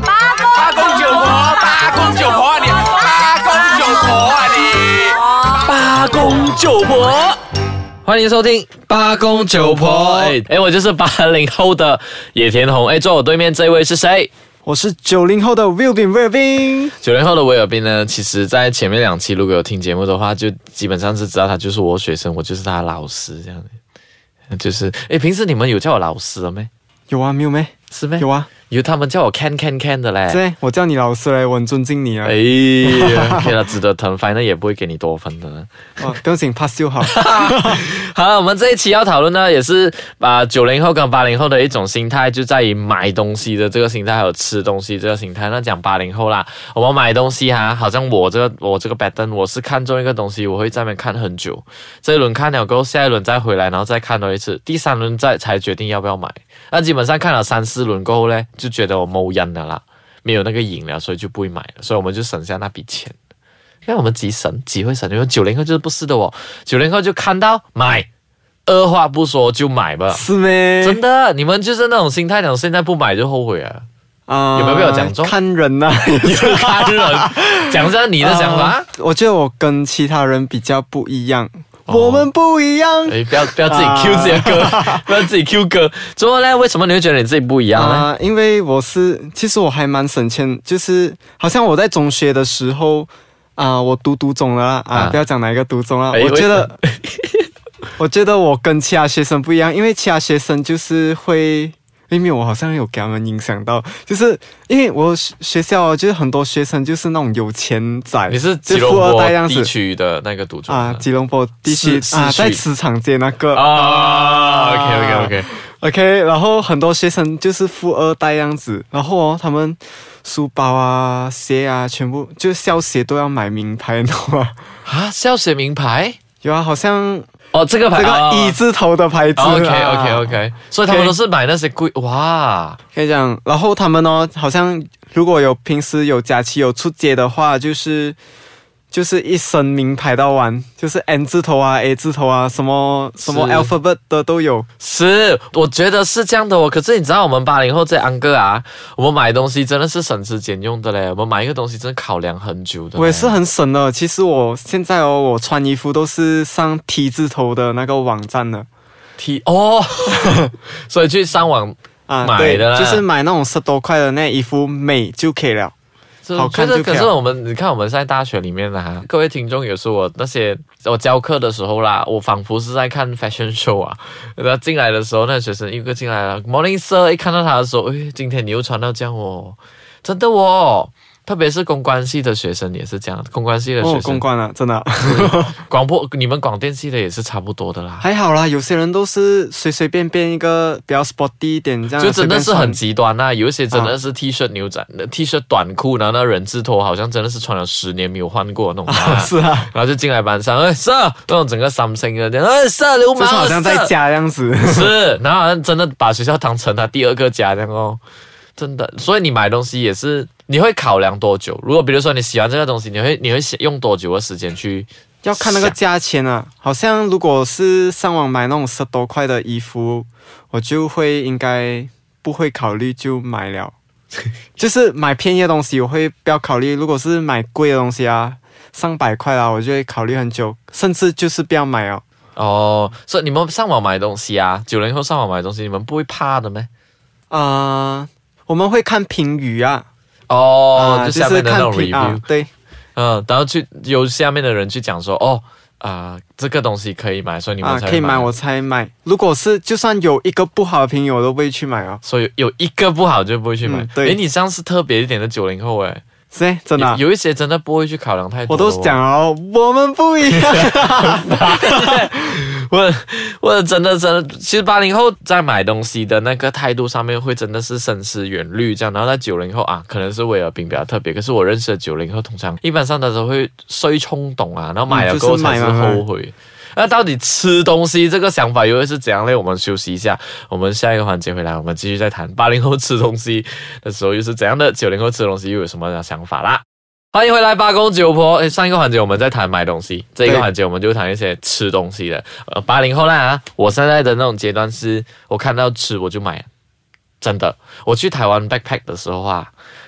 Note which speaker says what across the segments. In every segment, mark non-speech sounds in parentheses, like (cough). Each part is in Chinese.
Speaker 1: 八公九婆，八公九婆啊你，八公九婆啊你，八公九婆。
Speaker 2: 欢迎收听八公九婆。哎哎，我就是八零后的野田红。哎，坐我对面这位是谁？
Speaker 3: 我是九零后的 Will b i n w i l b i n
Speaker 2: 九零后的威尔宾呢？其实，在前面两期如果有听节目的话，就基本上是知道他就是我学生，我就是他的老师这样的。就是哎，平时你们有叫我老师的没？
Speaker 3: 有啊，没有没？
Speaker 2: 是没？
Speaker 3: 有啊，
Speaker 2: 有他们叫我 Can Can Can 的嘞。
Speaker 3: 这我叫你老师嘞，我很尊敬你啊
Speaker 2: 哎。呀，
Speaker 3: (laughs)
Speaker 2: 可以了，值得疼，反正也不会给你多分的呢。
Speaker 3: 哦，不用紧，pass
Speaker 2: (laughs)
Speaker 3: 就好。
Speaker 2: 好了，我们这一期要讨论呢，也是把九零后跟八零后的一种心态，就在于买东西的这个心态，还有吃东西这个心态。那讲八零后啦，我们买东西哈、好像我这个我这个 pattern，我是看中一个东西，我会在那边看很久，这一轮看了过后，下一轮再回来，然后再看多一次，第三轮再才决定要不要买。那基本上看了三四轮过后呢，就觉得我猫烟了啦，没有那个瘾了，所以就不会买了，所以我们就省下那笔钱。看我们几省，几会省，因为九零后就是不是的哦，九零后就看到买，二话不说就买吧，
Speaker 3: 是咩？
Speaker 2: 真的，你们就是那种心态，讲现在不买就后悔啊，
Speaker 3: 啊
Speaker 2: 有没有被我讲中
Speaker 3: 看人啊呐、
Speaker 2: 你是看人，讲一下你的想法
Speaker 3: 啊。 (laughs) 我觉得我跟其他人比较不一样，
Speaker 2: 哦
Speaker 3: 我们不一样。
Speaker 2: 哎，不要不要自己 Q 自己的歌，不要自己 Q 歌。怎么呢？为什么你会觉得你自己不一样呢？
Speaker 3: 啊、因为我是，其实我还蛮省钱，就是好像我在中学的时候啊、我读读中了啦啊，
Speaker 2: 啊
Speaker 3: 不要讲哪一个读中了，
Speaker 2: 哎
Speaker 3: 我觉得
Speaker 2: 为，
Speaker 3: (laughs) 我觉得我跟其他学生不一样，因为其他学生就是会。因为我好像有给他们影响到，就是因为我学学校哦就是很多学生就是那种有钱仔，
Speaker 2: 你是
Speaker 3: 就
Speaker 2: 吉
Speaker 3: 是
Speaker 2: 隆
Speaker 3: 富二
Speaker 2: 坡
Speaker 3: 代样
Speaker 2: 地
Speaker 3: 子
Speaker 2: 区的那个读者
Speaker 3: 啊，吉隆坡地区
Speaker 2: 市市
Speaker 3: 啊，
Speaker 2: 区
Speaker 3: 在磁场街那个
Speaker 2: 啊，OK OK OK，
Speaker 3: OK，然后很多学生就是富二代样子，然后哦，他们书包啊、鞋啊，全部就校鞋都要买名牌，你懂吗？
Speaker 2: 啊，是要写名牌
Speaker 3: (laughs) 有啊，好像
Speaker 2: 哦，这个牌
Speaker 3: 这个
Speaker 2: 哦
Speaker 3: 一字头的牌子、啊
Speaker 2: OK OK OK，所以他们都是买那些贵哇，
Speaker 3: 可以讲。然后他们哦，好像如果有平时有假期有出街的话，就是就是一身名牌到完，就是 N 字头啊、A 字头啊，什么什么
Speaker 2: 是
Speaker 3: alphabet 的都有。
Speaker 2: 是，我觉得是这样的哦。可是你知道我们八零后这安哥啊，我们买东西真的是省吃俭用的嘞，我们买一个东西真的考量很久的嘞。
Speaker 3: 我也是很省的。其实我现在哦，我穿衣服都是上 T 字头的那个网站的
Speaker 2: 提哦， (laughs) 所以去上网
Speaker 3: 啊，
Speaker 2: 买
Speaker 3: 对
Speaker 2: 的啦，
Speaker 3: 就是买那种十多块的那衣服，美就可以了。
Speaker 2: 这
Speaker 3: 好看
Speaker 2: 我觉得
Speaker 3: 就可
Speaker 2: 可
Speaker 3: 以
Speaker 2: 是
Speaker 3: 了
Speaker 2: 我们，你看我们在大学里面啊，各位听众也是我那些呃我教课的时候啦，我仿佛是在看 fashion show 啊。然后进来的时候，那学生一个进来了，morning sir，一看到他的时候，哎，今天你又穿到这样哦，真的哦。特别是公关系的学生也是这样，公关系的学
Speaker 3: 哦，
Speaker 2: 生，
Speaker 3: 公关了，真的 (laughs)
Speaker 2: 广播你们广电系的也是差不多的啦，
Speaker 3: 还好啦。有些人都是随随便便一个比较 sporty 一点这样，
Speaker 2: 就真的是
Speaker 3: 随便
Speaker 2: 很
Speaker 3: 穿啊
Speaker 2: 极端呐、啊有一些真的是 T 恤牛仔、T 恤短裤，然后那人字拖好像真的是穿了十年没有换过
Speaker 3: (laughs)
Speaker 2: 那种、啊
Speaker 3: 是啊，
Speaker 2: 然后就进来班上，哎 sir，那种整个三星的这样，哎 sir 流
Speaker 3: 就是
Speaker 2: 氓，
Speaker 3: 好像在
Speaker 2: sir
Speaker 3: 家这样子。
Speaker 2: 是，然后好像真的把学校当成他第二个家这样哦，真的。所以你买东西也是，你会考量多久？如果比如说你喜欢这个东西，你会你会想用多久的时间去？
Speaker 3: 要看那个价钱啊，好像如果是上网买那种十多块的衣服，我就会应该不会考虑就买了。
Speaker 2: (laughs)
Speaker 3: 就是买便宜的东西，我会不要考虑；如果是买贵的东西啊，上百块啊啦，我就会考虑很久，甚至就是不要买哦。
Speaker 2: 哦，所以你们上网买东西啊，九零后上网买东西，你们不会怕的咩？
Speaker 3: 啊、我们会看评语啊，
Speaker 2: 哦，
Speaker 3: 啊
Speaker 2: 就下面的那种
Speaker 3: 就是
Speaker 2: review，、
Speaker 3: 看评啊，对，
Speaker 2: 嗯，然后去由下面的人去讲说，哦啊、这个东西可以买，所以你们
Speaker 3: 啊
Speaker 2: 才、
Speaker 3: 可以买，我。才买。如果是就算有一个不好的评语，我都不会去买哦。
Speaker 2: 所以有一个不好就不会去买。
Speaker 3: 嗯对
Speaker 2: 诶你这样是特别一点的九零后诶，
Speaker 3: 是诶真的啊、
Speaker 2: 有有一些真的不会去考量太多
Speaker 3: 我
Speaker 2: 的哦。
Speaker 3: 都讲哦，我们不一样。
Speaker 2: (laughs) 我我真的真的，其实八零后在买东西的那个态度上面，会真的是深思远虑这样。然后在九零后啊，可能是威尔宾比较特别，可是我认识的九零后，通常一般上的都会虽冲动啊，然后买了过后才是后
Speaker 3: 嗯
Speaker 2: 悔。那到底吃东西这个想法又会是怎样嘞？我们休息一下，我们下一个环节回来，我们继续再谈八零后吃东西的时候又是怎样的，九零后吃东西又有什么样的想法啦。欢迎回来八公九婆。诶，上一个环节我们在谈买东西，这一个
Speaker 3: 对
Speaker 2: 环节我们就谈一些吃东西的。呃，八零后啦、啊，我现在的那种阶段是，我看到吃我就买，真的，我去台湾 backpack 的时候啊，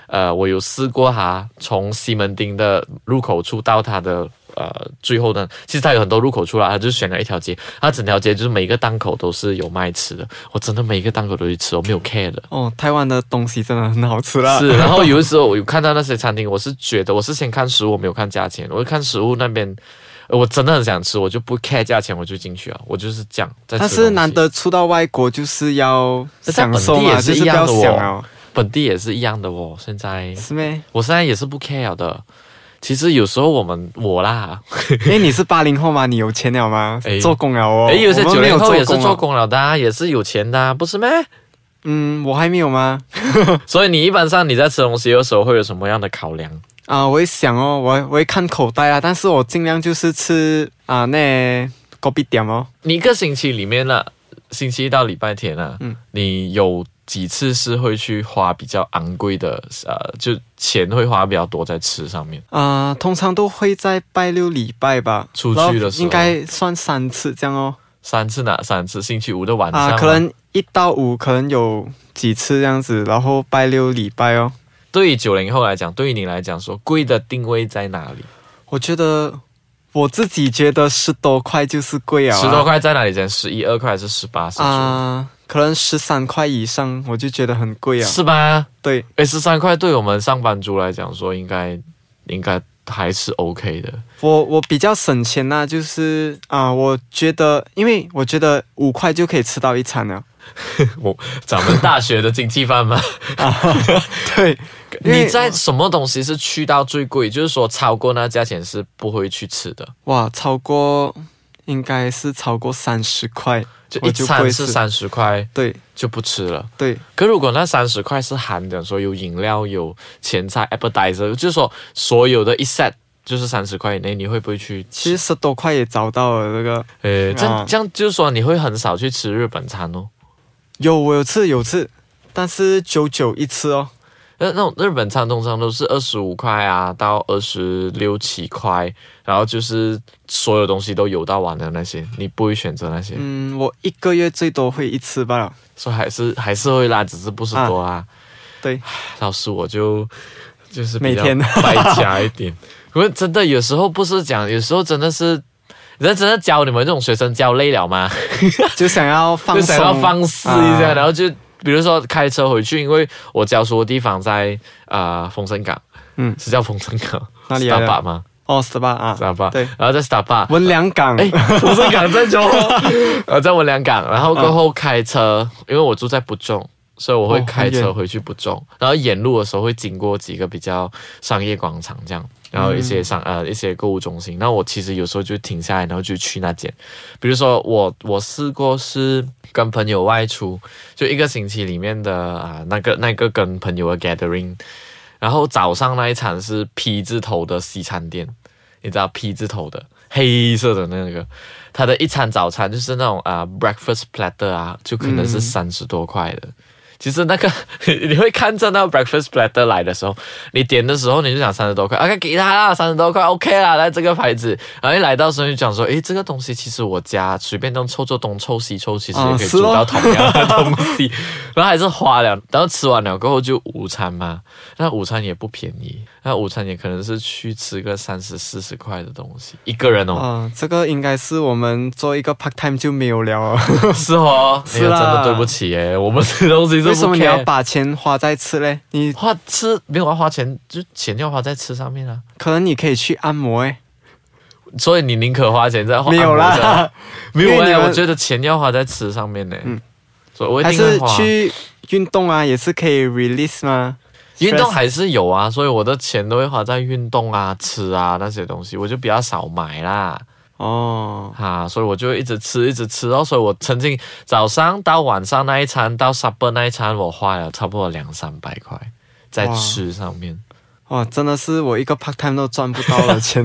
Speaker 2: 呃，我有试过哈、从西门町的入口处到它的呃最后的，其实它有很多入口处啦，它就选了一条街，它整条街就是每一个档口都是有卖吃的，我真的每一个档口都去吃，我没有 care 的。
Speaker 3: 哦，台湾的东西真的很好吃啦。
Speaker 2: 是，然后有的时候我有看到那些餐厅，我是觉得我是先看食物，我没有看价钱，我就看食物那边。呃我真的很想吃，我就不 care 价钱，我就进去啊，我就是这样。在吃
Speaker 3: 但
Speaker 2: 东
Speaker 3: 是
Speaker 2: 西
Speaker 3: 难得出到外国，就是要
Speaker 2: 在
Speaker 3: 享
Speaker 2: 本
Speaker 3: 受
Speaker 2: 地也
Speaker 3: 嘛，
Speaker 2: 是
Speaker 3: 就是
Speaker 2: 一
Speaker 3: 不
Speaker 2: 样
Speaker 3: 要
Speaker 2: 的哦
Speaker 3: 想哦，
Speaker 2: 本地也是一样的哦。现在
Speaker 3: 是
Speaker 2: (laughs)
Speaker 3: 咩？
Speaker 2: 我现在也是不 care 的。其实有时候我们我啦，
Speaker 3: 因为你是八零后嘛，你有钱了
Speaker 2: (laughs)
Speaker 3: 吗
Speaker 2: 哎？
Speaker 3: 做工了哦。
Speaker 2: 诶，有些
Speaker 3: 我们
Speaker 2: 九
Speaker 3: 没
Speaker 2: 零
Speaker 3: 有
Speaker 2: 后也是
Speaker 3: 哦
Speaker 2: 做。工了的、啊，也是有钱的、啊，不是咩？
Speaker 3: 嗯，我还没有吗？
Speaker 2: 所以你一般上你在吃东西的时候会有什么样的考量？
Speaker 3: 啊、我会想哦，我我会看口袋啊，但是我尽量就是吃啊、那高必点哦。
Speaker 2: 你一个星期里面呢，星期一到礼拜天啊，
Speaker 3: 嗯
Speaker 2: 你有几次是会去花比较昂贵的，呃，就钱会花比较多在吃上面？
Speaker 3: 啊、通常都会在拜六礼拜吧，
Speaker 2: 出去
Speaker 3: 然后
Speaker 2: 的时候
Speaker 3: 应该算三次这样哦。
Speaker 2: 三次哪三次？星期五的晚上
Speaker 3: 啊、
Speaker 2: 吗
Speaker 3: 可能一到五可能有几次这样子，然后拜六礼拜哦。
Speaker 2: 对于九零后来讲，对于你来讲说，贵的定位在哪里？
Speaker 3: 我觉得我自己觉得十多块就是贵啊，
Speaker 2: 十多块在哪里讲？十一二块还是十八、十
Speaker 3: 啊、
Speaker 2: 九？
Speaker 3: 可能十三块以上我就觉得很贵啊。
Speaker 2: 是吧？
Speaker 3: 对，
Speaker 2: 诶，十三块对我们上班族来讲说，应该应该还是 OK
Speaker 3: (laughs)
Speaker 2: 的。
Speaker 3: 我我比较省钱呐、就是啊、我觉得，因为我觉得五块就可以吃到一餐 (laughs) 了。
Speaker 2: 咱们大学的经济饭吗？
Speaker 3: 对，因为
Speaker 2: 你在什么东西是去到最贵？就是说超过那价钱是不会去吃的，
Speaker 3: 哇，超过应该是超过三十块，
Speaker 2: 就
Speaker 3: 我
Speaker 2: 一
Speaker 3: 就不会
Speaker 2: 餐是
Speaker 3: 吃
Speaker 2: 三十块
Speaker 3: 对
Speaker 2: 就不吃了。
Speaker 3: 对，
Speaker 2: 可如果那三十块是含着说有饮料、有前菜、appetizer，就是说所有的一 set 就是三十块以内，你会不会去
Speaker 3: 其
Speaker 2: 吃
Speaker 3: 实？十多块也找到了这个。
Speaker 2: 呃，这样
Speaker 3: 啊
Speaker 2: 这样就是说你会很少去吃日本餐哦。
Speaker 3: 有我有吃有吃，但是九九一次哦。
Speaker 2: 那那种日本餐通常都是二十五块啊，到二十六七块，然后就是所有东西都有到完的那些，你不会选择那些，
Speaker 3: 嗯，我一个月最多会一次罢了。
Speaker 2: 所以还是还是会啦，只是不是多啊。
Speaker 3: 对， (laughs)
Speaker 2: 老师我就就是比
Speaker 3: 每
Speaker 2: 较
Speaker 3: 天
Speaker 2: 败家一点， (laughs) 因为真的有时候不是讲，有时候真的是。人真的教你们这种学生教累了吗？
Speaker 3: 就想要放
Speaker 2: 就
Speaker 3: 松，
Speaker 2: 想要放肆一下，
Speaker 3: 啊
Speaker 2: 然后就比如说开车回去，因为我教书的地方在啊丰盛港，
Speaker 3: 嗯
Speaker 2: 是叫丰盛港，
Speaker 3: 哪里来的
Speaker 2: Starbucks 吗？
Speaker 3: 哦，十八啊，
Speaker 2: Starbucks，
Speaker 3: 对
Speaker 2: 然后在 Starbucks，
Speaker 3: 文良港，
Speaker 2: 哎， (laughs) 我是港在中，呃，在文良港，然后过后开车，因为我住在不中，所以我会
Speaker 3: 哦
Speaker 2: 开
Speaker 3: 很
Speaker 2: 车
Speaker 3: 远
Speaker 2: 回去不中，然后沿路的时候会经过几个比较商业广场这样。然后一些商、呃一些购物中心，那我其实有时候就停下来，然后就去那间。比如说我我试过是跟朋友外出，就一个星期里面的啊、那个那个跟朋友的 gathering，然后早上那一场是 P 字头的西餐店，你知道 P 字头的黑色的那个，它的一餐早餐就是那种啊、breakfast platter 啊，就可能是
Speaker 3: 嗯
Speaker 2: 三十多块的。其实那个 (laughs) 你会看着那 breakfast platter 来的时候，你点的时候你就想三十多块，啊，给他啦，三十多块 OK 啦，来这个牌子。然后一来到时候就讲说，诶，这个东西其实我家随便弄凑凑东凑西凑，其实也
Speaker 3: 啊
Speaker 2: 可以
Speaker 3: 是
Speaker 2: 煮
Speaker 3: 咯
Speaker 2: 到同样的东西。然后还是花了，然后吃完了过后就午餐嘛，那午餐也不便宜，那午餐也可能是去吃个三十四十块的东西，一个人哦，
Speaker 3: 啊，这个应该是我们做一个 part time 就没有了哦。
Speaker 2: 是哦，哎
Speaker 3: (laughs) 是
Speaker 2: 呦，真
Speaker 3: 啦
Speaker 2: 的对不起耶，我们吃东西是不
Speaker 3: (laughs) 为什么你要
Speaker 2: care
Speaker 3: 把钱花在吃嘞？你
Speaker 2: 花吃没有要啊花钱，就钱要花在吃上面啊，
Speaker 3: 可能你可以去按摩诶，
Speaker 2: 所以你宁可花钱在花
Speaker 3: 没有
Speaker 2: 哦按摩上
Speaker 3: 啦，
Speaker 2: 没有
Speaker 3: (laughs) 因为
Speaker 2: 哎，
Speaker 3: 你们
Speaker 2: 我觉得钱要花在吃上面呢，
Speaker 3: 嗯
Speaker 2: 所以我一
Speaker 3: 还
Speaker 2: 定啊会
Speaker 3: 是
Speaker 2: 花。
Speaker 3: 去运动啊，也是可以 release 吗？
Speaker 2: 运动
Speaker 3: stress
Speaker 2: 还是有啊，所以我的钱都会花在运动啊、吃啊那些东西，我就比较少买啦。
Speaker 3: 哦，
Speaker 2: 啊，所以我就一直吃，一直吃，然后所以我曾经早上到晚上那一餐到 supper 那一餐，我花了差不多两三百块在
Speaker 3: 哇
Speaker 2: 吃上面。
Speaker 3: 哇，哦真的是我一个 part time 都赚不到
Speaker 2: (laughs)
Speaker 3: 的钱。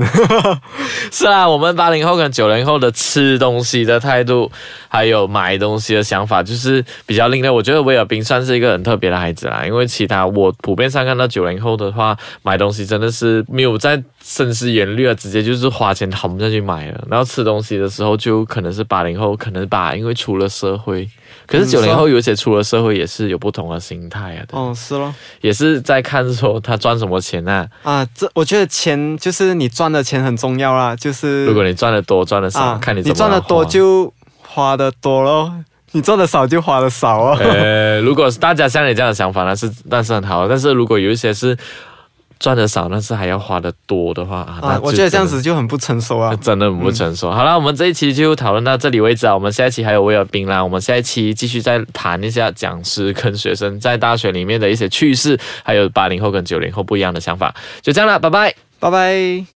Speaker 2: 是啊，我们八零后跟九零后的吃东西的态度，还有买东西的想法，就是比较另类。我觉得威尔宾算是一个很特别的孩子啦，因为其他我普遍上看到九零后的话，买东西真的是没有在深思远虑啊，直接就是花钱横下去买了。然后吃东西的时候，就可能是八零后，可能吧，因为出了社会。可是
Speaker 3: 嗯
Speaker 2: 九零后有些出了社会也是有不同的心态啊，
Speaker 3: 哦，是咯，
Speaker 2: 也是在看说他赚什么钱呐、
Speaker 3: 啊，这我觉得钱就是你赚的钱很重要啦，就是
Speaker 2: 如果你赚的多，赚的少，
Speaker 3: 嗯啊，
Speaker 2: 看你怎么
Speaker 3: 赚的多
Speaker 2: 花
Speaker 3: 就花的多咯，你赚的少就花的
Speaker 2: (laughs)
Speaker 3: 少哦。
Speaker 2: 呃，如果是大家像你这样的想法，那是那是很好。但是如果有一些是赚的少，但是还要花的多的话，啊，那
Speaker 3: 啊，
Speaker 2: 就
Speaker 3: 我觉得这样
Speaker 2: 真的。呃
Speaker 3: 子就很不成熟
Speaker 2: 那
Speaker 3: 啊。
Speaker 2: 真的不成熟。好了，我们这一期就讨论到这里为止啊。我们下一期还有威尔宾啦，我们下一期继续再谈一下讲师跟学生在大学里面的一些趣事，还有八零后跟九零后不一样的想法。就这样了，拜拜。
Speaker 3: 拜拜。